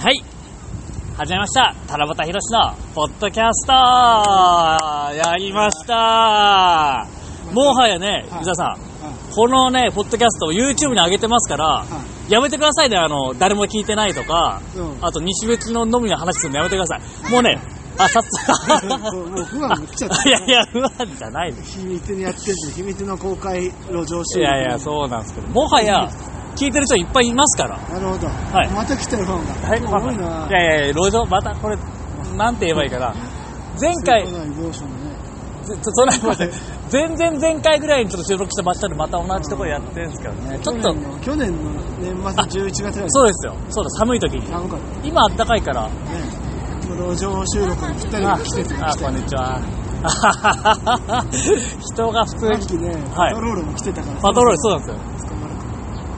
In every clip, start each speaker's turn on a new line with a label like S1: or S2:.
S1: はい。始めました。たらばたひろしの、ポッドキャストやりましたもはやね、
S2: はい
S1: 伊沢さん、
S2: う
S1: このね、ポッドキャストを YouTube に上げてますから、やめてくださいね、あの、誰も聞いてないとか、
S2: んうん
S1: あと、西口ののみの話するのやめてください。もうね、あ、さっ
S2: もうもう不安も来ちゃっ
S1: い
S2: た
S1: やいや、不安じゃないです。
S2: 秘密にやってるし 秘密の公開路上
S1: い
S2: 収録
S1: やいや、そうなんですけど、もはや、聞いてる人いっぱいいますから。
S2: なるほど、
S1: はい
S2: また来てる方が
S1: だいぶ
S2: 多い
S1: い
S2: な
S1: やいやいや、路上、またこれ、なんて言えばいいかな。前回
S2: す、ごいなエボーションね
S1: ずちょそんなごめんなさい前々前回ぐらいにちょっと収録したばっかりでまた同じところやってるんですけどね、ちょっと
S2: 去、年の去年の年末11月ぐらい
S1: そうですよ、そうだ、寒い時に。
S2: 寒かった
S1: 今あったかいから、
S2: ねもう路上収録にぴったり
S1: あ
S2: の季節が
S1: あ、
S2: 来た
S1: こんにちは。 あはははは人が普通
S2: さっ
S1: に、
S2: きね、
S1: はい
S2: パトロールも来てたから
S1: パトロール、そう
S2: う
S1: なんですよ。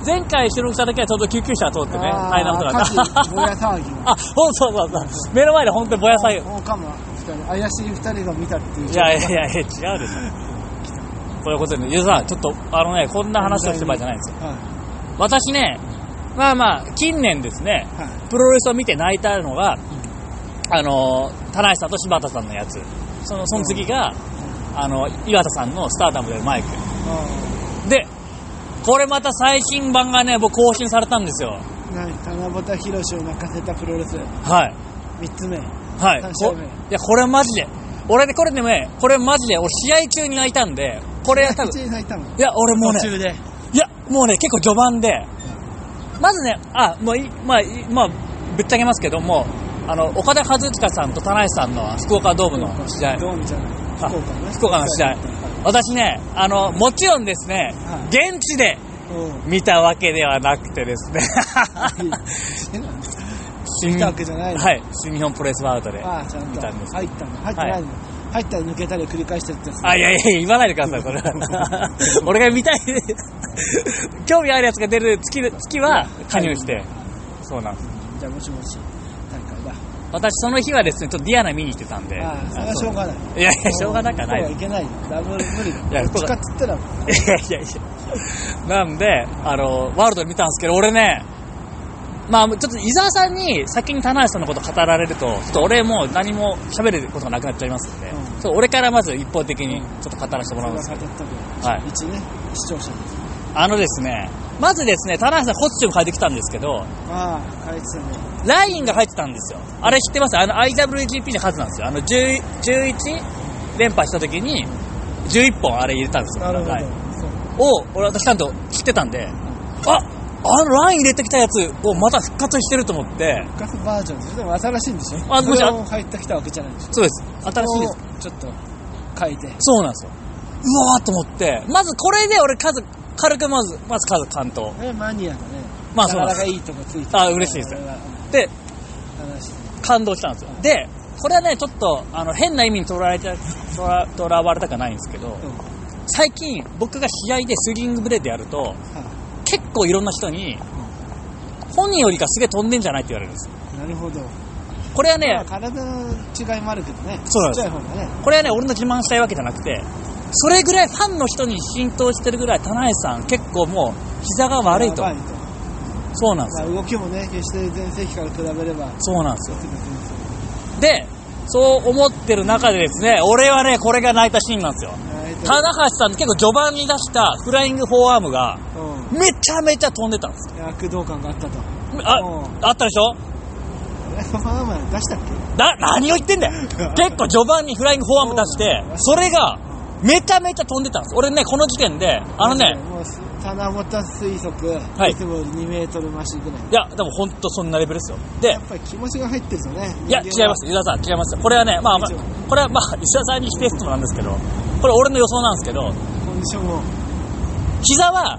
S1: 前回収録した時はちょうど救急車が通ってね、
S2: あー
S1: 大変なことがあった。
S2: 各ぼや騒ぎが
S1: あ、そうそうそうそう。目の前で本当にぼやさい。
S2: 放火も二人怪しい二人が見たっていう
S1: いやいやいや、違うでしょ。こういうことで、ゆずさん、ちょっと、あのね、こんな話をしてる場合じゃないんですよ。
S2: はい
S1: 私ね、まあまあ、近年ですね、
S2: は
S1: プロレスを見て泣いたのが、あの、棚橋さんと柴田さんのやつ。その、その次が、あの、岩田さんのスターダムでマイク。
S2: い
S1: で、これまた最新版がね、僕更新されたんですよ。
S2: あー何七夕博士を泣かせたプロレス
S1: はい。
S2: 三つ目
S1: はい。
S2: 三
S1: こ
S2: 勝目
S1: いや、これマジで。俺ね、これでもね、これマジで、俺試合中に泣いたんで、こ れ多分、
S2: 口に咲いたの
S1: いや、俺もうね、
S2: 中で
S1: いや、もうね、結構序盤で、まずね、あ、もうい、まあ、いまあ、ぶっちゃけますけども、あの、岡田和親さんと田内さんの福岡ドームの試合、
S2: ドームじゃない
S1: あ
S2: 福岡のね
S1: 福岡の試合
S2: はい、
S1: 私ね、あの、もちろんですね
S2: は、
S1: 現地で
S2: うん
S1: 見たわけではなくてですね、
S2: いいえなんですか
S1: 新
S2: 見たわけじゃないの
S1: はい、新日本プロレスワールドで
S2: ああちゃん
S1: 見
S2: と
S1: たんです
S2: 入ったの入ってないの入ったら抜けたり繰り返してってやつ
S1: あ、いやいや、言わないでください、それは。 俺が見たい、興味あるやつが出る月で月は加入して。そうなんです。
S2: じゃあもしもし大会だ
S1: 私、その日はですね、ちょっとディアナ見に行ってたんで。
S2: ああそれはしょうがない
S1: い。いやいや、しょうがなくはない
S2: そう
S1: で
S2: いけないよダブル無理だ
S1: いや
S2: どっちかっつったら
S1: す。いやいやいや。なんで、あの、ワールドで見たんですけど、俺ね、まあ、ちょっと伊沢さんに先に棚橋さんのこと語られると、ちょっと俺もう何も喋ることがなくなっちゃいますんで、
S2: うん
S1: そう俺からまず一方的にちょっと語らせてもらうんです
S2: そ
S1: けど
S2: れは語っとく
S1: はい
S2: 一ね視聴者です
S1: あのですね、まずですね、棚橋さんコスチューム変えてきたんですけど、
S2: ああ書いてたね
S1: ラインが入ってたんですよ。あれ知ってますあの IWGP の数なんですよ。あの10 11連覇した時に11本あれ入れたんですよ。
S2: なるほど
S1: ライン
S2: そう
S1: を、俺私ちゃんと知ってたんで、ああのライン入れてきたやつをまた復活してると思って、
S2: 復活バージョンですでも新しいんでしょ
S1: あもちろん
S2: それを入ってきたわけじゃないでしょ
S1: そうです。新しいです。
S2: すちょっと書いて
S1: そうなんですよ。うわーと思って、まずこれで俺数、軽くまず、まず数担当。
S2: ねマニアのね
S1: まあそうなんです
S2: なかなかいいとこついて
S1: あ嬉しいです
S2: これはうん
S1: で、
S2: 話
S1: 感動したんですよ。で、これはね、ちょっと、あの、変な意味にとらわれた、とらとらわれたくないんですけど、最近僕が試合でスリングブレードやると、
S2: は
S1: 結構いろんな人に、本人よりかすげえ飛んでんじゃないって言われるんですよ。
S2: いなるほど、
S1: これは
S2: ま
S1: ね
S2: あ、体の違いもあるけどね
S1: そうなんです
S2: ちっちゃい方がね
S1: これはね、俺の自慢したいわけじゃなくて、それぐらいファンの人に浸透してるぐらい、田内さん結構もう、膝が悪いと
S2: やば。い
S1: そうなんです
S2: まあ
S1: よ。
S2: 動きもね決して全盛期から比べれば
S1: そうなんですよ。
S2: すぐ全然
S1: で、そう思ってる中でですね、俺はね、これが泣いたシーンなんですよ。
S2: えーと
S1: 棚橋さんって結構序盤に出したフライングフォーアームが、
S2: う
S1: めちゃめちゃ飛んでたんですよ。
S2: ん躍動感があったと
S1: あ
S2: うん、
S1: あったでしょ
S2: えそのまま出したっ
S1: だ、何を言ってんだ よ結構序盤にフライングフォアーム出して、それが、めちゃめちゃ飛んでたんです。俺ね、この時点で、
S2: け
S1: あのね、
S2: もう棚持た推測、
S1: い
S2: い、つもより2メートル増しぐらい
S1: いや、でも本当そんなレベルですよ。で
S2: や、っぱり気持ちが入ってるよね
S1: いや、違います。伊
S2: す
S1: 沢さん、違います。これはね、まあ、まあ
S2: 以上
S1: これはまあ、伊沢さんに否定してもなんですけど、これ俺の予想なんですけど、
S2: コンディションも
S1: 膝は、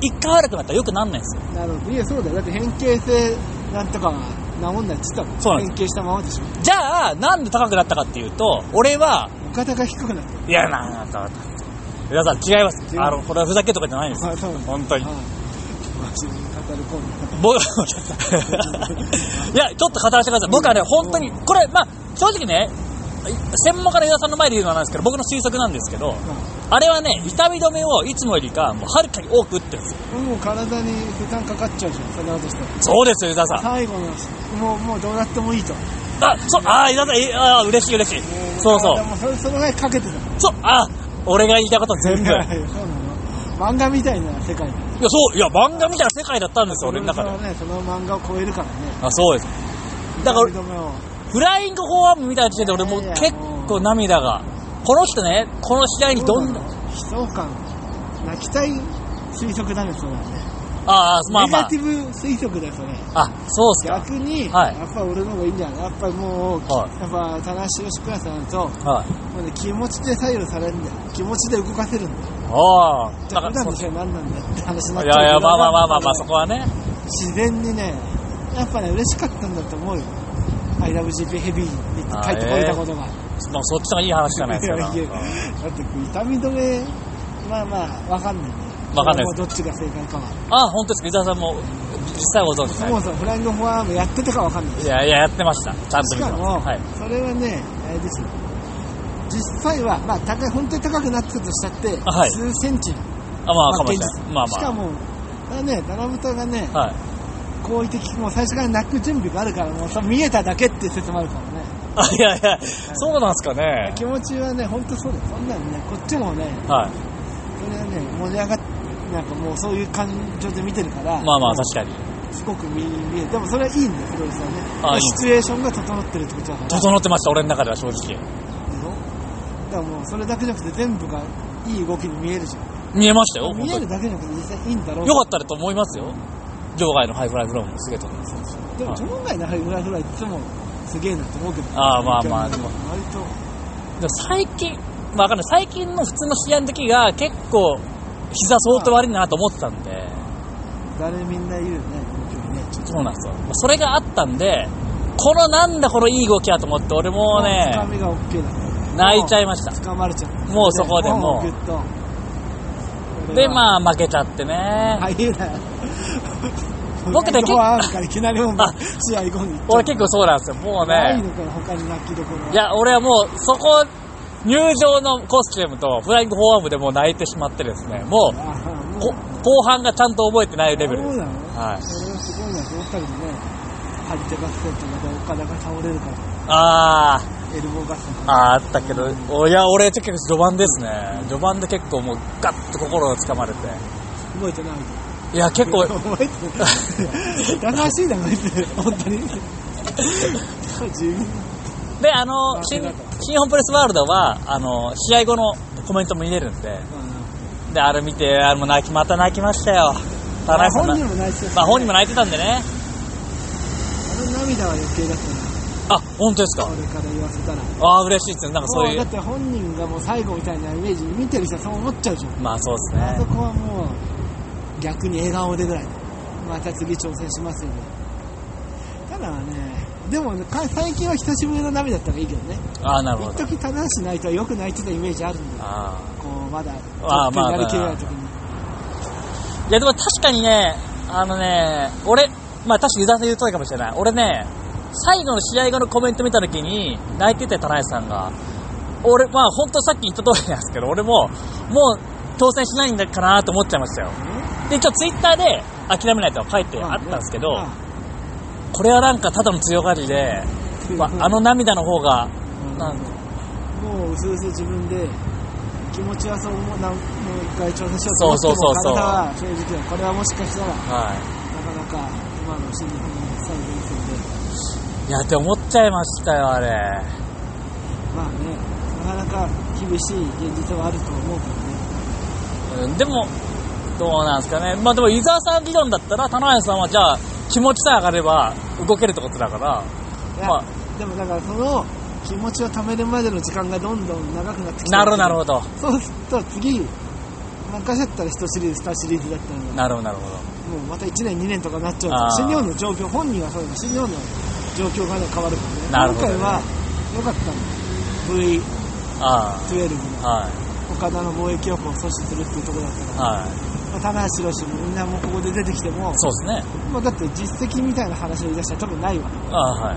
S1: 一回悪くなったら良くなんないんですよ。
S2: なるほどいやそうだよだって変形性なんとかが治んないって言ってたもん
S1: そうなんです
S2: 変形したままでしょ
S1: じゃあ、なんで高くなったかっていうと、俺は、
S2: 岡田が低くなって
S1: いや、なんだった。皆さん、違います。あの、これはふざけとかじゃないんです
S2: あそうなん。だ
S1: 本当に。
S2: はい真面目に語るコン
S1: 僕、いや、ちょっと語らせてください。僕はね、本当に、これ、まあ、正直ね、専門家の皆さんの前で言うのはなんですけど、僕の推測なんですけど、
S2: ビ
S1: あれはね、痛み止めをいつもよりか、もうはるかに多く打ってるんですよ。
S2: もう体に負担かかっちゃうじゃん、そんなことしたら。
S1: そうですよ、伊沢さん。
S2: 最後の、もう、もうどうなってもいいと。
S1: あ、そう、ああ、伊沢さん、えああ、嬉しい嬉しい。そうそう
S2: で。もそれ、そのぐらいかけてた。
S1: そう、ああ、俺が言いたいこと全部。い
S2: そう
S1: や、
S2: なの。漫画みたいな世界だ。
S1: そう、いや、漫画みたいな世界だったんですよ、俺の中で
S2: そ。ね、その漫画を超えるからね。
S1: あ、そうです。だから
S2: 痛み止めを
S1: フライングフォアームみたいな時点で俺もう結構涙が。この人ね、この試合にどんどん。
S2: そう悲壮感泣きたい推測だねそれはね、
S1: ああ、まあま
S2: ネガ
S1: あ
S2: テ。ィブ推測だよそれ
S1: あ、そうっすか。
S2: 逆に、
S1: はい
S2: やっぱ俺の方がいいんじゃないやっぱりもう、
S1: は
S2: やっぱ田中宏倉さんと
S1: はい。
S2: もう、ね、気持ちで左右されるんだよ気持ちで動かせるんだよ
S1: ああ、
S2: じゃ
S1: だか
S2: あ
S1: ら
S2: 普段
S1: そ
S2: の
S1: う、
S2: 試合何なんだって話になっ
S1: い
S2: ちゃうけど
S1: やいや、まあまあまあまあまあ、そこはね。
S2: 自然にねやっぱね嬉しかったんだと思うよ IWGP ヘビーに帰ってこれたことが
S1: まあ、そっちのいい話じゃないですか。なん
S2: いやい
S1: か
S2: やだって痛み止めまあまあわかんないね
S1: わかんないです
S2: どっちが正解かは
S1: ああ、本当ですか。伊沢さんも、実際ご存知
S2: そ
S1: ない
S2: も。そもフライングフォアアームやってたかわかんない
S1: いやいや、やってました。ちゃんと
S2: し
S1: 見
S2: か
S1: て
S2: も、
S1: ます。はい。
S2: それはねあれですよ実際は、まあ、高い本当に高くなってたとしたって、
S1: あはい
S2: 数センチ
S1: あまあ、かも
S2: 負け
S1: しれ
S2: で
S1: な
S2: す
S1: い。まあ
S2: しかもだからね、七ブタがね、
S1: まあ。はい。
S2: 好意的、もう最初から泣く準備があるから、もうそれ見えただけっていう説もあるからね、
S1: あ、いやいや、そうなんですかね。
S2: 気持ちはね、本当そうだよ、そんなんね、こっちもね、
S1: はい。
S2: それはね、盛り上がって、なんかもうそういう感情で見てるから、
S1: まあまあ、確かに。
S2: すごく見見える、でもそれはいいんだよ、プロレスはね、
S1: あいい
S2: シチュエーションが整ってるってことだから。
S1: 整ってました、俺の中では正直。
S2: でしょだからもうそれだけじゃなくて全部がいい動きに見えるじゃ
S1: 見えましたよ、
S2: ん
S1: 本
S2: 見
S1: 当
S2: え
S1: に。
S2: るだけじゃなくて実際いいんだろう
S1: よかったと思いますよ。場外のハイフライフローもすげえと思います。
S2: でも場外のハイフライフライってもすげえなと思うけど
S1: あーまあまあ
S2: でも割と
S1: でも最近、まあ、わかんない。最近の普通の試合の時が結構、膝相当悪いなと思ってたんで、
S2: 誰みんな言うよね今日ね
S1: そうなんですよ。まあそれがあったんで、このなんだこのいい動きやと思って、俺もね
S2: つ、かみが OK だった
S1: 泣いちゃいました。
S2: 掴まれちゃった
S1: もうそこでもう
S2: うグッと
S1: で、まあ、負けちゃってね。
S2: あいいな
S1: 僕ね結構
S2: あるからいきなりもう
S1: あ
S2: 試合後に行っちゃう
S1: 俺結構そうなんですよ。もう
S2: ない
S1: ね、
S2: のかな他に泣きどころはい
S1: や、俺はもう、そこ、入場のコスチュームとフライングフォアアームでもう泣いてしまってですね、もう、
S2: あーもう
S1: こ後半がちゃんと覚えてないレベルで
S2: そう
S1: す。
S2: なの
S1: はい
S2: それはすごいなと思ったけどね張り手合戦とまた岡田が倒れるから
S1: あ
S2: エルボー合戦
S1: あ、あーあったけど、おいや、俺結構序盤ですね。序盤で結構もうガッと心をつかまれて。
S2: 覚えてない
S1: いや、結 構、
S2: 覚えてない悲しいな覚えて本当に自分
S1: で、あの、新新日本プロレスワールドは、あの、試合後のコメントも入れるんで、で、あれ見て、あれも泣き、また泣きましたよ。田中さん
S2: 本人
S1: な、
S2: も泣いてたしね
S1: まあ本人も泣いてたんでね。
S2: あの涙は余計だった
S1: あ、本当ですか
S2: な。俺から言わせたら
S1: ああ、嬉しいですね。なんかそうい
S2: もだ
S1: う
S2: っ。て本人がもう最後みたいなイメージ見てる人はそう思っちゃうじゃん
S1: まあそうです
S2: あそ
S1: ね。
S2: こはもう逆に笑顔でぐらいまた次挑戦しますよねただねでもねか最近は久しぶりの涙だったらいいけどね
S1: ああ、なるほ
S2: 一
S1: ど。
S2: 時棚橋泣いたらよく泣いてたイメージあるんだよ
S1: ああ。
S2: こうまだ
S1: あーまあ
S2: やりきれない時に
S1: いやでも確かにね、あのね、俺、まあ確かに湯沢さん言うとりかもしれない。俺ね、最後の試合後のコメント見たときに、泣いてて、田中さんが。俺、まあ本当さっき言った通りなんですけど、俺も、もう当選しないんだかなと思っちゃいましたよ。で、ちょっとツイッターで、諦めないと書いてあったんですけど、
S2: あ
S1: これはなんかただの強がりで、
S2: うん
S1: まあ、あの涙の方が、
S2: うん
S1: なん
S2: もう薄々自分で気持ちはそう思うなんもう一回挑戦しようと
S1: そうそうそうそう
S2: 思っても体は正直だこれはもしかしたらな
S1: はい。
S2: かなか今の新日本の最後の一戦で
S1: いや、って思っちゃいましたよ、あれ。
S2: まあね、なかなか厳しい現実はあると思うけどね。
S1: うんでも、どうなんですかね。まあでも、伊沢さん理論だったら、田中さんは、じゃあ、気持ちさえ上がれば、動けるってことだから、
S2: いや
S1: ま
S2: でもだからその気持ちを貯めるまでの時間がどんどん長くなってきて
S1: なるほど、なるほど。
S2: そうすると次、任せたら1シリーズ、2シリーズだったのが、
S1: なるほど、なるほど。
S2: もうまた1年、2年とかなっちゃ
S1: あー
S2: うと、新日本の状況、本人はそうだけど新日本の状況が、ね、変わるからね。
S1: なるほどね
S2: 今回は良かったの。
S1: あ
S2: V12
S1: あ、
S2: の
S1: は
S2: 岡田の貿易をこう阻止するっていうところだった
S1: い、
S2: から、
S1: はい。
S2: まあ、棚橋宏もみんなもうここで出てきても、
S1: そうですね。
S2: まあ、だって実績みたいな話を言い出したら多分ないわ
S1: ああ、はい。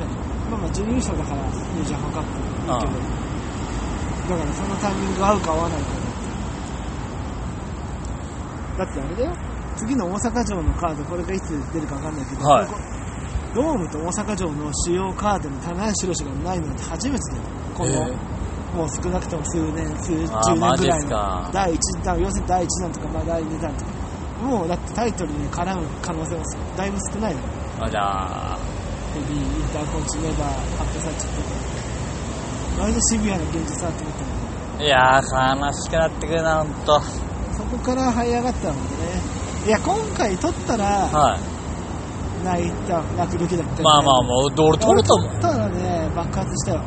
S2: まあまあ準優勝だからニュージャパンカップいいけど
S1: ああ
S2: だからそのタイミング合うか合わないかだってあれだよ次の大阪城のカードこれがいつ出るか分かんないけど、
S1: はい
S2: ここドームと大阪城の主要カードに棚橋宏がないのって初めてだよこの、
S1: え
S2: もう少なくとも数年数十年
S1: あーマジ
S2: ぐ
S1: っ
S2: らい
S1: すか
S2: の第1弾要するに第1弾とか、まあ、第2弾とかもうだってタイトルに絡む可能性はだいぶ少ないの
S1: あら
S2: ヘビー、インターコンチ、レバー、カットサーチとか、割とシビアな現実だと思ったので、
S1: ーいやー悲しくなってくるな本当。
S2: そこから這い上がったのでね、いや、今回取ったら、
S1: はい
S2: 泣いた、泣くべきだったよね
S1: まあまあもう俺取ると思
S2: 取ったらね、爆発したよ、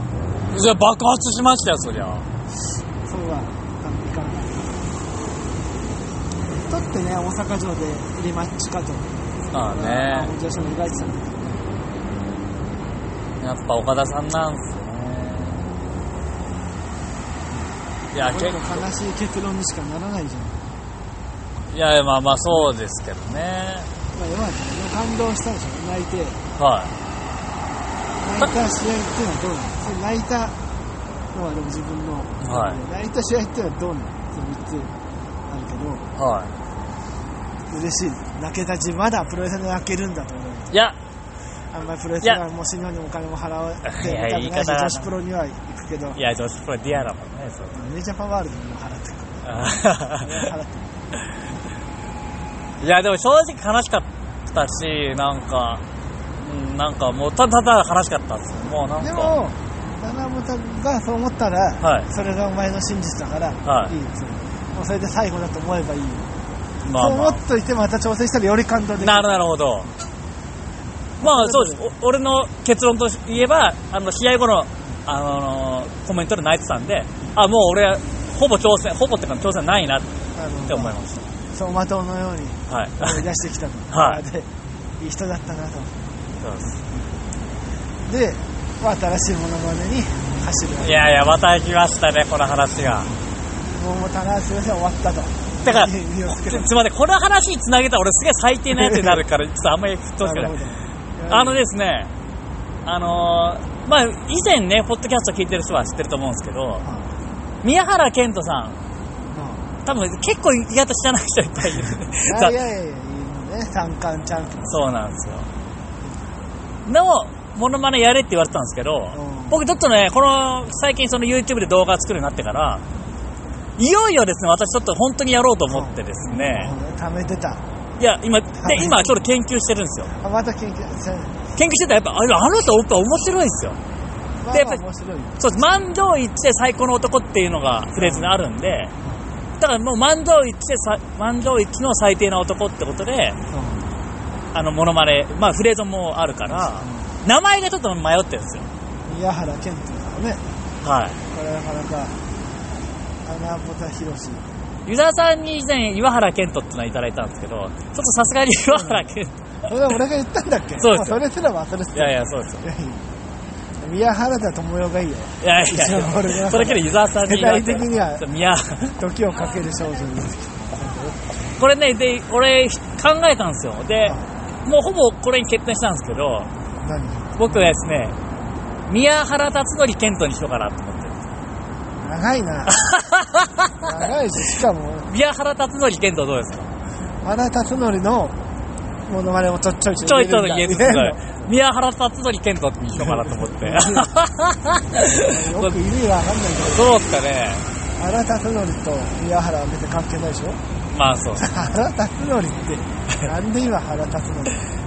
S1: うじゃあ爆発しましたよそりゃ
S2: それは、あのいかない。取ってね、大阪城でリマッチかと、
S1: まあ
S2: まあ
S1: ね
S2: 本調子も意外てたんだけど、
S1: やっぱ岡田さんなんすねいや
S2: これ
S1: 結
S2: も
S1: 構
S2: 悲しい結論にしかならないじゃん。
S1: いやまあまあそうですけどね
S2: まあ、よかったね、感動したでしょ、泣いて。
S1: はい
S2: 泣いた試合っていうのはどうなのそれ泣いたのはでも自分の、
S1: はい
S2: 泣いた試合っていうのはどうなのその3つある
S1: はい
S2: けど嬉しい泣けた自分まだプロレスで泣けるんだと思う
S1: いや、
S2: あんまりプロレスはもう死ぬようにお金も払わって
S1: いや言い
S2: みた
S1: 方
S2: く
S1: が
S2: ないし女子プロには行くけど
S1: いや、女子プロディアだもんね、 そう。
S2: ネイジャパンワールドにも払ってくる払ってく
S1: いや、でも正直悲しかったし、なんか、うん、なんかもうただただ悲しかったっすよ。もうなん
S2: る
S1: か。
S2: でも七本がそう思ったら、
S1: はい
S2: それがお前の真実だから、
S1: はい
S2: いよそれもうそれで最後だと思えばいいよ、
S1: まあ、ま
S2: そう思っといてまた挑戦したらより感動でき
S1: あ、な
S2: る
S1: るなるほど。まあそうです。お俺の結論といえば、あの、試合後の、あのーコメントで泣いてたんで、あ、もう俺、ほぼ挑戦、ほぼってか挑戦ないなっ
S2: あの
S1: て思いまし
S2: 走馬灯のように
S1: た。はい。
S2: 思い出してきたと、
S1: はい
S2: でいい人だったなと
S1: そうです
S2: で、まあ、新しいものまでに走る わ
S1: いやいや、また来ましたね、この話が。
S2: もうもう棚橋すいません終わったと
S1: だから
S2: 身をつけ
S1: ち
S2: た
S1: ょすみません、この話につなげたら俺すげえ最低なやつになるから、ちょっとあんまり振っとし
S2: な
S1: て
S2: る
S1: ない
S2: ほ。ど
S1: あのですね、あのーまあ、以前ね、ポッドキャスト聞いてる人は知ってると思うんですけど、
S2: は
S1: 宮原健人さん、
S2: あ
S1: 多分結構意外と知らない人いっぱいいる。
S2: いやいやいやいいのね三冠チャンピオン
S1: そうなんですよ。の、モノマネやれって言われてたんですけど、
S2: うん
S1: 僕ちょっとね、この、最近その YouTube で動画作るようになってから、いよいよですね、私ちょっと本当にやろうと思ってですね、
S2: もうね貯めてた
S1: いや、今、で、今ちょっと研究してるんですよ。
S2: あまた研究せ
S1: 研究してたらやっぱあのあの人やっぱ面白いんですよ
S2: まあ
S1: でやっぱ
S2: まあ
S1: り
S2: 面白いよ
S1: そう満場一致で最高の男っていうのがフレーズにあるんでだからもう満場一致でさ満場一致の最低な男ってことで
S2: そう
S1: あのモノマネまあフレーズもあるから名前がちょっと迷ってるんですよ
S2: 宮原健人だね
S1: はい
S2: これなかなか穴ぼたひろし
S1: 湯沢さんに以前岩原健人ってのはいただいたんですけどちょっとさ すがに岩原健人
S2: それは俺が言ったんだっけ
S1: そうですよ
S2: もれすら忘れて
S1: い
S2: た
S1: やいやそうですよ
S2: いやいや宮原田智代がいいよ
S1: いやいや
S2: 一応俺
S1: いや
S2: は
S1: それけど湯沢さんに言われて
S2: 世代的には
S1: ちょっと宮
S2: 時をかける少女に
S1: これね、で、俺、考えたんですよ。で、もうほぼこれに決定したんですけど、
S2: 何
S1: 僕はですね、宮原達則健人にしようかなと思ってる。
S2: 長いな長いししかも
S1: 宮原達則健人どうですか
S2: 原田則のモノマネもちょちょい
S1: ち
S2: ち
S1: ょ
S2: ょ
S1: い
S2: い
S1: ちょい
S2: 入
S1: 言
S2: れ
S1: えて
S2: るん
S1: す
S2: だ
S1: ごい。宮原達則健人にしようかなと 思って。
S2: よく意味が分かんないけど
S1: そうっすかね。
S2: 原田則と宮原は別に関係ないでしょ
S1: まあそう。
S2: 原田則ってなんで今原田則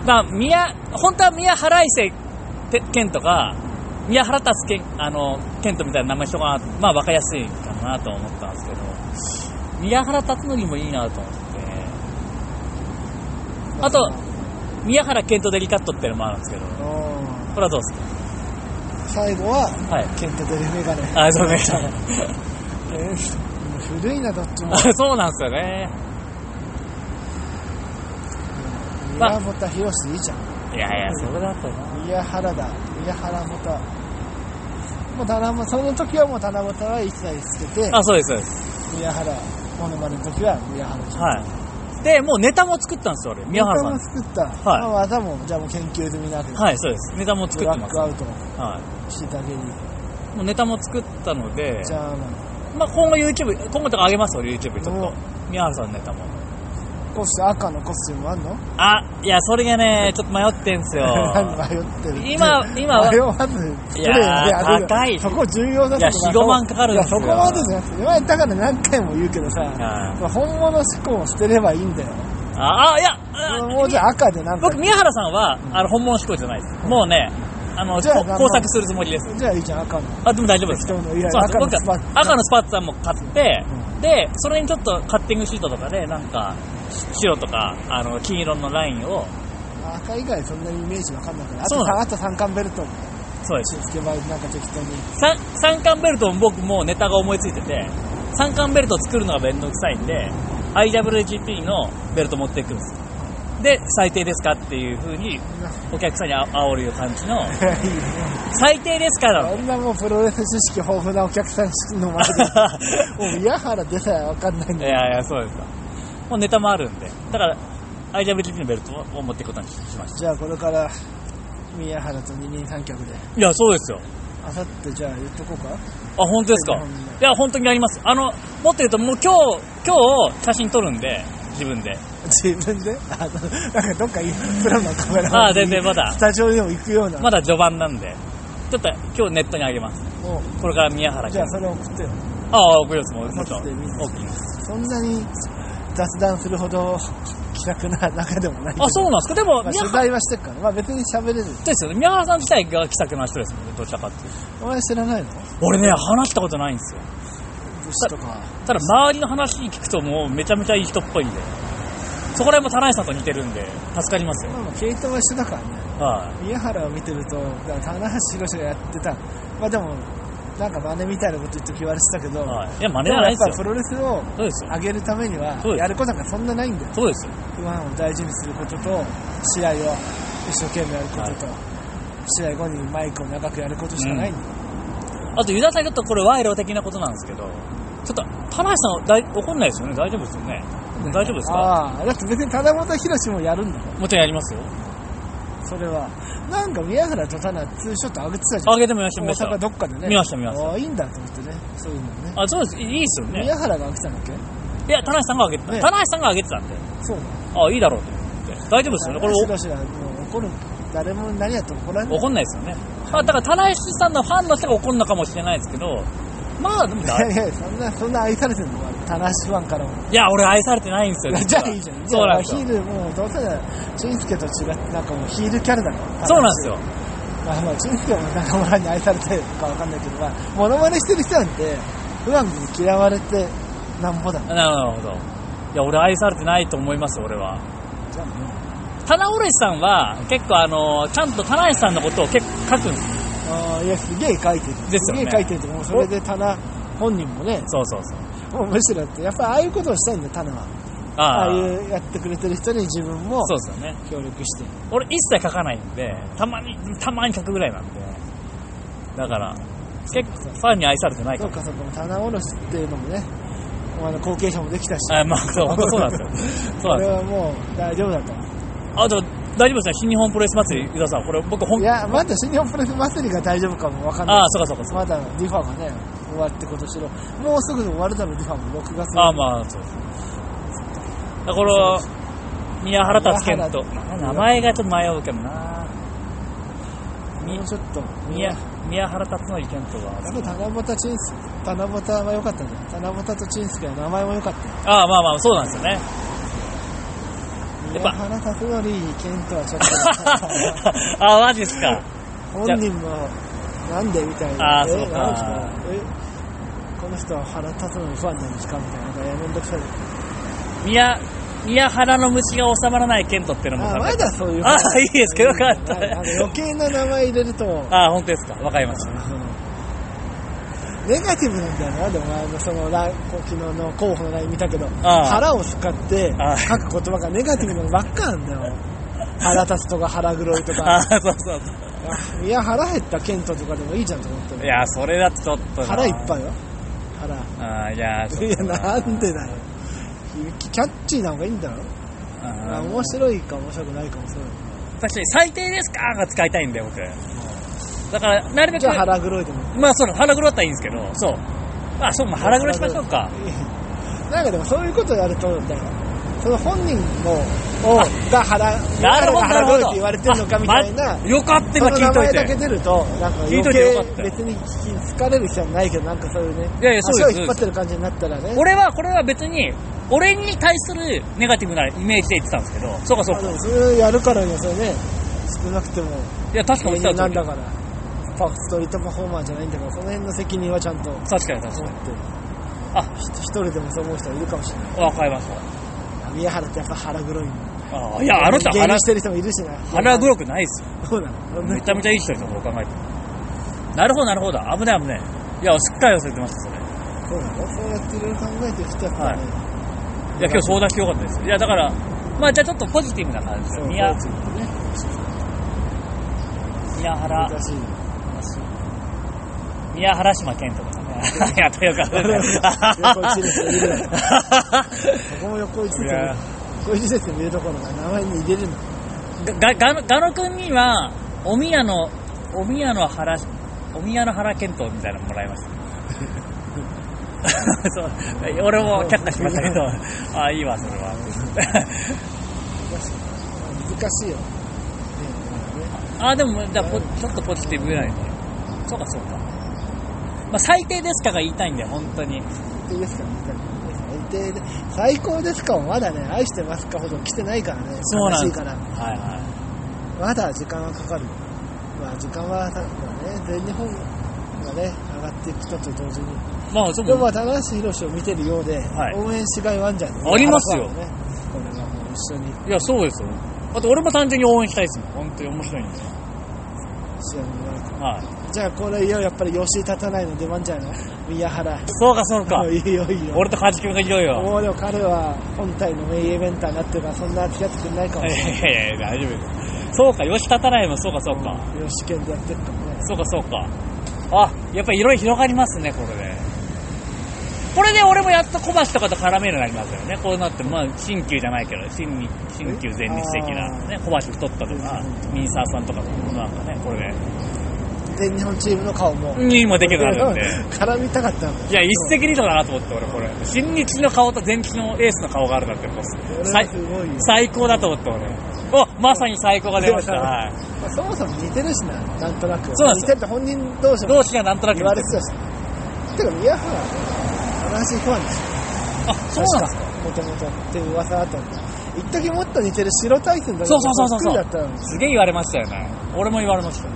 S1: まあ、宮、本当は宮原伊勢て健人が、宮原達健、あの、健人みたいな名前しようかなまあわかりやすいかなと思ったんですけど、宮原達則もいいなと思って。あと宮原健人デリカットってのもあるんですけど、こ
S2: うん
S1: れはどうですか
S2: 最後は
S1: はい。
S2: ケントデルメガネ
S1: あ、そうね。
S2: えー古いなどっ ちも
S1: あ そうなんですよね。まあ
S2: 宮本博士でいいじゃん
S1: いやいや、それだったな。
S2: 宮原だ宮原本もう棚もその時はもう七夕は一切つけて
S1: あ、そうです、そうです。
S2: 宮原モノマネの時は宮原
S1: はい。で、もうネタも作ったんですよ、俺。宮原さ
S2: ネ
S1: ん。
S2: タも作った、
S1: はい
S2: まあ、技もじゃあもう研究済みなわけで、
S1: はい、そうです。ネタも作
S2: ブ
S1: っ
S2: ラ
S1: てま
S2: ッ
S1: す
S2: ク。アウト
S1: は
S2: してたげに
S1: い。もうネタも作ったので、
S2: じゃあ
S1: まあ今後 YouTube、今後とか上げますよ、俺 YouTube ちょっ
S2: お
S1: と。宮原さんのネタも。
S2: コスチューム赤のコスチュームあんの
S1: あ、いや、それがね、ちょっと迷ってん すよ。
S2: 何迷ってる
S1: 今、今
S2: 迷
S1: は、
S2: わず
S1: い
S2: プレ
S1: やー
S2: ーで当てる
S1: 高い
S2: そこ重要だ
S1: いや4 5万かかるんですよ
S2: そこまでじゃなくて今だから何回も言うけどさ、
S1: い
S2: まあ本物志向を捨てればいいんだよ
S1: あ、あいや、あ
S2: もうじゃあ赤でなんか
S1: 僕、宮原さんは、あの、本物志向じゃないです。もうね、あの、
S2: じゃあ
S1: こ
S2: まあ
S1: 工作するつもりです。
S2: じゃあいいじゃん赤の
S1: あ、でも大丈夫です
S2: 適当のいや
S1: そうなんです
S2: 赤のスパッツ
S1: 僕赤のスパッツさんも買って、
S2: う
S1: で、それにちょっとカッティングシートとかで、なんか、白とか、あの、金色のラインを、
S2: 赤以外そんなにイメージわかんないからあ
S1: そう
S2: と
S1: な
S2: さあと三冠ベルトも
S1: そうです。
S2: つけばなんか適当 に
S1: 三三冠ベルトも僕もうネタが思いついてて三冠ベルトを作るのが面倒くさいんで IWGP のベルト持っていくんですで最低ですかっていう風にお客さんにあ煽るような感じの
S2: いやいいね
S1: 最低ですかなの
S2: あんなもうプロレス知識豊富なお客さんの前でもう宮原でさえわかんないん
S1: い
S2: だよ
S1: やいやそうですかもうネタもあるんでだから IWGP のベルトを持っていくことにしまし
S2: じゃあこれから宮原と二人三脚で
S1: たいやそうですよ
S2: あさってじゃあ言っとこうか
S1: あ本当ですかいや本当にありますあの持ってるともう今日今日写真撮るんで自分で
S2: 自分であのなんかどっかいいプロのカメラ
S1: ああ全然まだ
S2: スタジオでも行くよう な
S1: まだ序盤なんでちょっと今日ネットに上げます
S2: も
S1: これから宮原く
S2: うじ
S1: ん
S2: ゃあそれ送ってよ
S1: ああ、送ります、もうもちろん。
S2: 送ってみて
S1: OK です
S2: そんなに雑談するほど気楽な中でもないけど
S1: あ、そうなんですか。でも、
S2: まあ、
S1: 宮
S2: 取
S1: 原、
S2: 材はしてるから、まあ、別に喋れる
S1: ですよね。宮原さん自体が気さくな人ですもんね、どちらかっていうと。
S2: お前知らないの武
S1: 俺ね、話したことないんですよ。
S2: 士とか
S1: ただ、周りの話聞くともうめちゃめちゃいい人っぽいんで。そこら辺も田内さんと似てるんで、助かりますよ。
S2: まあまあ系統は一緒だからね
S1: は
S2: 宮原を見てるとだから棚橋宏がやってたまあでもなんか真似みたいなこと言って言われてたけど、
S1: い。はい。いや、真似
S2: で
S1: じゃ
S2: も
S1: な
S2: や
S1: い
S2: っ
S1: で
S2: ぱ
S1: す
S2: プ
S1: よ。
S2: ロレスを
S1: そうですよ。
S2: 上げるためには
S1: そうです
S2: やることがそんなないんだよ
S1: そうですよ。
S2: ファンを大事にすることと試合を一生懸命やることと、試合後にマイクを長くやることしかないんだよ、
S1: あと、ユダさんちょっとこれ賄賂的なことなんですけど、ちょっと、田内さん大怒んないですよね。大丈夫ですよね。大丈夫ですか
S2: ああだって別に棚本宏もやるんだよ
S1: もちろんやりますよ。
S2: それはなんか宮原と棚ツーショット上げてたじゃん
S1: あげてみました、見まし
S2: 大阪
S1: た。
S2: どっかでね
S1: 見ました見ました
S2: ああいいんだと思ってねそういうのね
S1: あ、そうです。いいいですよね。
S2: 宮原が上げてたんだっけ
S1: いや、田中さんが上げてた。
S2: ね
S1: 田中さんが上げてたんで。
S2: そうだ
S1: あ、いいだろうと思って。大丈夫ですよね。これ
S2: 棚橋宏はもう怒る誰も何やっても怒らない
S1: お怒んないですよね。まあ、だから田中さんのファンの人が怒るのかもしれないですけど、まあ、でもだ、
S2: いやいやそんなそんな愛されてるのか棚橋ファンからも
S1: いや、俺愛されてないんですよ。
S2: じ
S1: 実
S2: ゃ
S1: は
S2: あいいじゃん。
S1: そうなんです
S2: ヒ
S1: よ。
S2: ールもうどうせなら、チンスケと違って、なんかもうヒールキャラだから。
S1: そうなんですよ。
S2: まあまあ、チンスケも仲間に愛されてるかわかんないけど、まあ、モノマネしてる人なんて、うまく嫌われてなんぼだもん。
S1: なるほど。いや、俺愛されてないと思います、俺は。
S2: じゃあもう
S1: 田中オレさんは、結構あの、ちゃんと田中さんのことを結構書くんですよ。
S2: あーいや、すげえ書いてる。
S1: ですよね
S2: げえ書いてると思う。それで棚本人もね、
S1: そうそうそう。
S2: もうむしろって、やっぱああいうことをしたいんだよ、棚は。あ
S1: あ
S2: あ
S1: あ、
S2: いうやってくれてる人に自分も
S1: そうですよね。
S2: 協力して。
S1: 俺一切書かないんで、たまに、たまに書くぐらいなんで。だから、結構ファンに愛されてないか
S2: そう
S1: も。
S2: かそうか、棚卸しっていうのもね、あの後継者もできたし。
S1: あまあ、そう、本当そうなんですよ。そうなんで
S2: これ
S1: すよ。
S2: はもう大丈夫だと。
S1: あ、でも、大丈夫ですね。新日本プロレス祭り、伊沢さん。これ、僕、本
S2: いや、まだ新日本プロレス祭りが大丈夫かもわかんない。
S1: ああ、そうかそうかそう
S2: まだディファがね、終わって今年の、もうすぐ終わるだろう、ディファも6月
S1: か。ああ、まあ、そうです。だから、宮原達健と、
S2: 宮原
S1: 名前がちょっと迷うけどな。
S2: もうちょっと、
S1: 宮、宮原達則健と
S2: やっぱ
S1: は。
S2: 七夕チンス、七夕は良かったね。七夕とチンスケは名前も良かったよ。
S1: ああ、まあまあ、そうなんですよね。やっぱ
S2: 宮原達則健とはちょっ
S1: ああ、マジですか。
S2: と、本人も、なんでみたいな。
S1: ああ
S2: え
S1: そうか
S2: なんえこの人は原達則ファンなんですかみたいな。なんかやめんどくさい。
S1: 宮、宮原の虫が収まらない健人っていうのも
S2: あ
S1: 考
S2: ま
S1: えて
S2: だそういう
S1: あいいですけどよかった
S2: あの余計な名前入れると
S1: ああ、本当ですか。わかりました。
S2: ネガティブなんだよなでもあのそのライン昨日の候補のライン見たけど
S1: ああ
S2: 腹を使って
S1: ああ
S2: 書く言葉がネガティブなのばっかなんだよ腹立つとか腹黒いと
S1: ああ
S2: か、
S1: そうそうそう。
S2: いや腹減ったケントとかでもいいじゃんと思って
S1: い
S2: る
S1: や、それだとちょっとな。
S2: 腹いっぱいよ腹
S1: ああ、いや、ちょ
S2: い
S1: っ
S2: や
S1: と
S2: なんでだよキャッチーな方がいいんだろ
S1: あ
S2: あ
S1: あ
S2: 面白いか面白くないかも そうだ
S1: 確かに最低ですかが使いたいんだよ、僕。だから、なるべく。
S2: けどじゃあ腹黒いでも
S1: まあ、そう、腹黒だったらいいんですけど、そう。まあ、そう、まあ腹黒しましょうか。
S2: なんかでもそういうことやるとだよその本人のをが払う
S1: なるほど
S2: が払うって言われてるのかみたいな、
S1: まよかった
S2: そ
S1: 今
S2: の
S1: 聞
S2: 名
S1: いとい
S2: 前だけ
S1: て
S2: 出るとなんか
S1: 聞い
S2: 余
S1: といてよ
S2: 計
S1: かった
S2: 別に疲れる人はないけどなんかそういうね
S1: いやいやそうです
S2: 足を引っ張ってる感じになったらね
S1: 俺はこれは別に俺に対するネガティブなイメージで言ってたんですけどそうかそう
S2: あ
S1: か
S2: でもそれやるからにはそれね少なくても
S1: いや確かに
S2: 芸
S1: おっしゃる
S2: 人
S1: 通
S2: なん
S1: り
S2: だからパストリートパフォーマーじゃないんだからその辺の責任はちゃんと持って
S1: 確かに確かにあ
S2: 一人でもそう思う人はいるかもしれない
S1: わかりました
S2: 宮原ってやっぱ腹黒い
S1: あーいやあの人
S2: 芸
S1: 腹
S2: 人してる人もいるしな
S1: 腹黒くないですよ
S2: そうなの
S1: めちゃめちゃいい人ですよそう考えてなるほどなるほど危ない危ないいやしっかり忘れてましたそれ
S2: そうなのそうやっていろいろ考えてる人やっぱね、
S1: いや、今日相談してよかったです。いや、だから、まあ、じゃあちょっとポジティブな感じで
S2: そう
S1: 宮
S2: ポジティブね
S1: 宮原、
S2: 難しいよ
S1: 宮原島健とかね。やったよかった
S2: 横 一列でいいぐらい
S1: ね。
S2: そこも横一
S1: い
S2: 列
S1: や
S2: 横一列に見るところが名前に入れるの
S1: が、が、がのくんには、お宮の、お宮の原、お宮の原健闘みたいなのもらいま した。 そう俺も却下しましたけど、ああ、いいわ、それは。
S2: 難しいよ、ね
S1: あでもじゃあポちょっとポジティブぐらいでそうかそうか、まあ、最低ですかが言いたいんだよ本当に
S2: 最低ですかみたいな最低で最高ですかもまだね愛してますかほど来てないからね
S1: そうなんで
S2: 悲しい
S1: す
S2: から
S1: はいは
S2: まだ時間はかかるまあ時間はさ、まあね、全日本がね上がっていくとと同時に
S1: いまあちょっ
S2: で
S1: と
S2: もまあ高橋宏を見てるようで、
S1: はい
S2: 応援しがいはあんじゃない
S1: ありますよ
S2: ねこれがもう一緒に
S1: いやそうですよあと俺も単純に応援したいですもん本当に面白いんで
S2: 試合になるか
S1: はい
S2: らじゃあこれいよいよやっぱり吉井立たないの出番じゃない宮原
S1: そうかそうか
S2: もういいよいいよ
S1: 俺と梶君がひどいよ
S2: もうでも彼は本体のメインイベンターになってるからそんな付き合ってくれないか
S1: い
S2: も
S1: や
S2: しれない
S1: いやいや大丈夫ですそうか吉立たないもそうかそうか、
S2: 吉健でやってるからね
S1: そうかそうかあやっぱり色々広がりますねこれでこれで俺もやっと小橋とかと絡めるようになりますよねこうなってまあ新旧じゃないけど新日新旧前日的な、ね、小橋太ったとかミンサーさんとかとなんかねこれ
S2: 全日本チームの顔も
S1: でにもできるようになるんで
S2: 絡みたかったの
S1: いや一石二鳥だなと思って俺これ新日の顔と前日のエースの顔があるなんてもう
S2: それ
S1: 最
S2: はすごいよ
S1: 最高だと思って俺おまさに最高が出ました、
S2: いや
S1: はい、
S2: まあそもそも似てるしななんとなく
S1: そうなんで
S2: 似
S1: す
S2: てるって本人同士も
S1: 同士がなんとなく
S2: 言われてたしってか宮原は話ファンでし
S1: あそうなんですか
S2: もともとっていう噂あったんだ一時もっと似てる白大戦だけど
S1: そうそうそうそう
S2: そっくりだったのに
S1: すげえ言われましたよね俺も言われました
S2: そ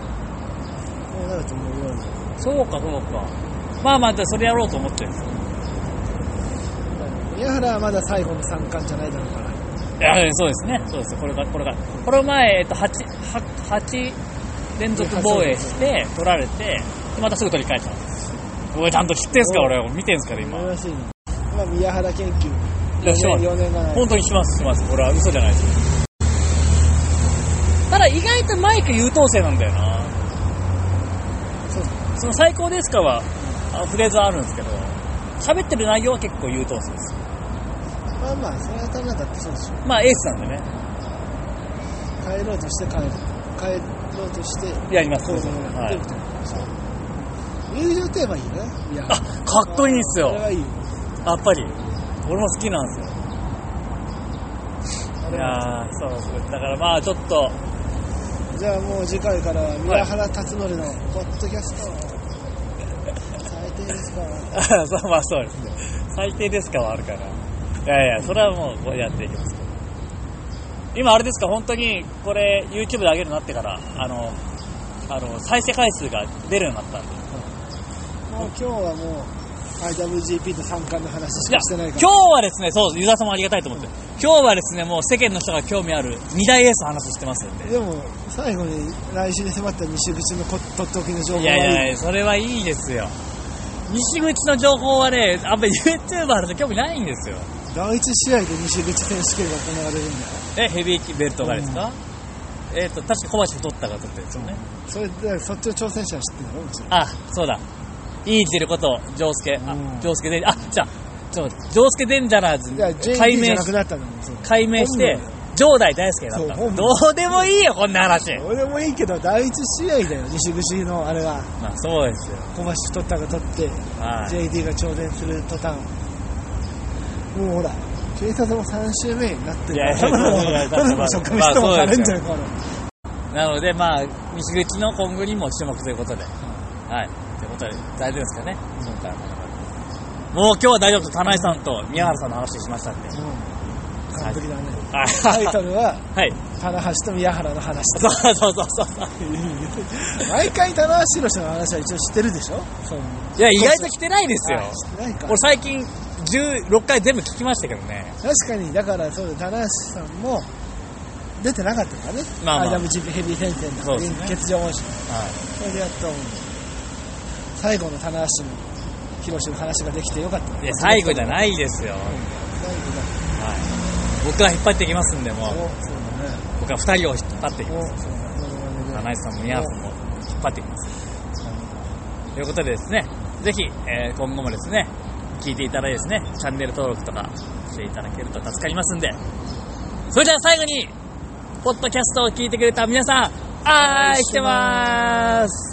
S2: うなると思うように
S1: そうかそうかまあまあじゃあそれやろうと思ってるんですよ
S2: 宮原はまだ最後の三冠じゃないだろうから
S1: いやそうですねそうですこれがこれがこの前、えっと、8, 8連続防衛して取られてでまたすぐ取り返したんですおいちゃんと知ってんすか
S2: おい
S1: 俺見てんすから今
S2: 珍しいねまあ宮原研究
S1: いやします
S2: 4年が
S1: 本当にしますしますこれは嘘じゃないですただ意外とマイク優等生なんだよな
S2: そう
S1: その最高ですかはあフレーズはあるんですけど喋ってる内容は結構優等生です
S2: まあまあそれは田中ってそうでしょ
S1: まあエースなんでね
S2: 帰ろうとして帰る帰ろうとして
S1: やります
S2: 行動になってると入場といえばいいねいや
S1: あかっこいいっすよ
S2: あれはいいよ
S1: やっぱり俺も好きなんですよ
S2: あ
S1: い
S2: れは
S1: やーそうそうだからまあちょっと
S2: じゃあもう次回からは宮原達則のポッドキャスト最低ですか
S1: あそうまあそうですね最低ですかはあるからいやいやそれはもうこうやっていきますけど今あれですか本当にこれ YouTube で上げるようになってからあのあの再生回数が出るようになったんで
S2: もう今日はもう IWGP と参冠の話し
S1: いや
S2: かしてない
S1: 今
S2: か
S1: 日
S2: ら
S1: はですねそうユダさんもありがたいと思って今日はですねもう世間の人が興味ある二大エースの話してますんで
S2: でも最後に来週に迫った西口のこ取っておきの情報
S1: い
S2: が
S1: やいやい
S2: いい
S1: や、それはいいですよ。西口の情報はね、あんま YouTuber の興味ないんですよ。
S2: 第一試合で西口選手権が行われるんだ
S1: え、
S2: よ
S1: ヘビーベルトがですか、えっ、と、確か小橋太ったが取ってるんですよね。
S2: それでそっちの挑戦者は知ってるのうち
S1: あ、そうだ。いいってること、ジョースケ。あ
S2: うん、
S1: ジョースケデン、あ、じゃあ、ちょっと待って、ジョースケデンジャラーズ
S2: じゃあ JD
S1: 解
S2: じ
S1: 明
S2: ゃな
S1: し
S2: く、なったのにそう
S1: 解明して
S2: 本名だよ、
S1: 城代大輔になった
S2: そう
S1: の。
S2: 本
S1: どうでもいいよ、こんな話。
S2: どうでもいいけど第一試合だよ西口のあれは
S1: まあ、そうですよ。
S2: 小橋取ったが取って
S1: はい。
S2: JD が挑戦する途端もうほら警察も3週目になって
S1: いや
S2: る
S1: いや
S2: から
S1: いやいや
S2: ただの職務質問されんじゃんこれ
S1: なので、まあ、西口の今後にも注目ということで。はい。ということで、大丈夫ですかね今回はもう今日は大丈夫です。田内さんと宮原さんの話しましたんで。
S2: うん完璧だねタイ
S1: は
S2: トルは
S1: い。
S2: 棚橋と宮原の話
S1: そうそうそうそう。
S2: 毎回棚橋の人の話は一応知ってるでしょそう
S1: いや、意外と来てないですよ。
S2: あ知ってないか
S1: 俺最近、16回全部聞きましたけどね。
S2: 確かにだからそうだ棚橋さんも出てなかったからね、
S1: まあまあ
S2: IWGP ヘビー戦線だ
S1: そうですね
S2: 欠場もし
S1: は
S2: それでやっと最後の棚橋の広島の話ができてよかった
S1: い。いや、最後じ
S2: だ
S1: ゃないですよ。はい。
S2: 最後だ
S1: 僕は引っ張っていきますんで、もう。
S2: おそうだね
S1: 僕は2人を引っ張っていきま
S2: お
S1: す。
S2: そうだね
S1: 田内さんも宮原さんも引っ張っていきます。ということでですね、ぜひ、えー今後もですね、聞いていただいてですね、チャンネル登録とかしていただけると助かりますんで、それじゃあ最後に、ポッドキャストを聞いてくれた皆さん、愛してます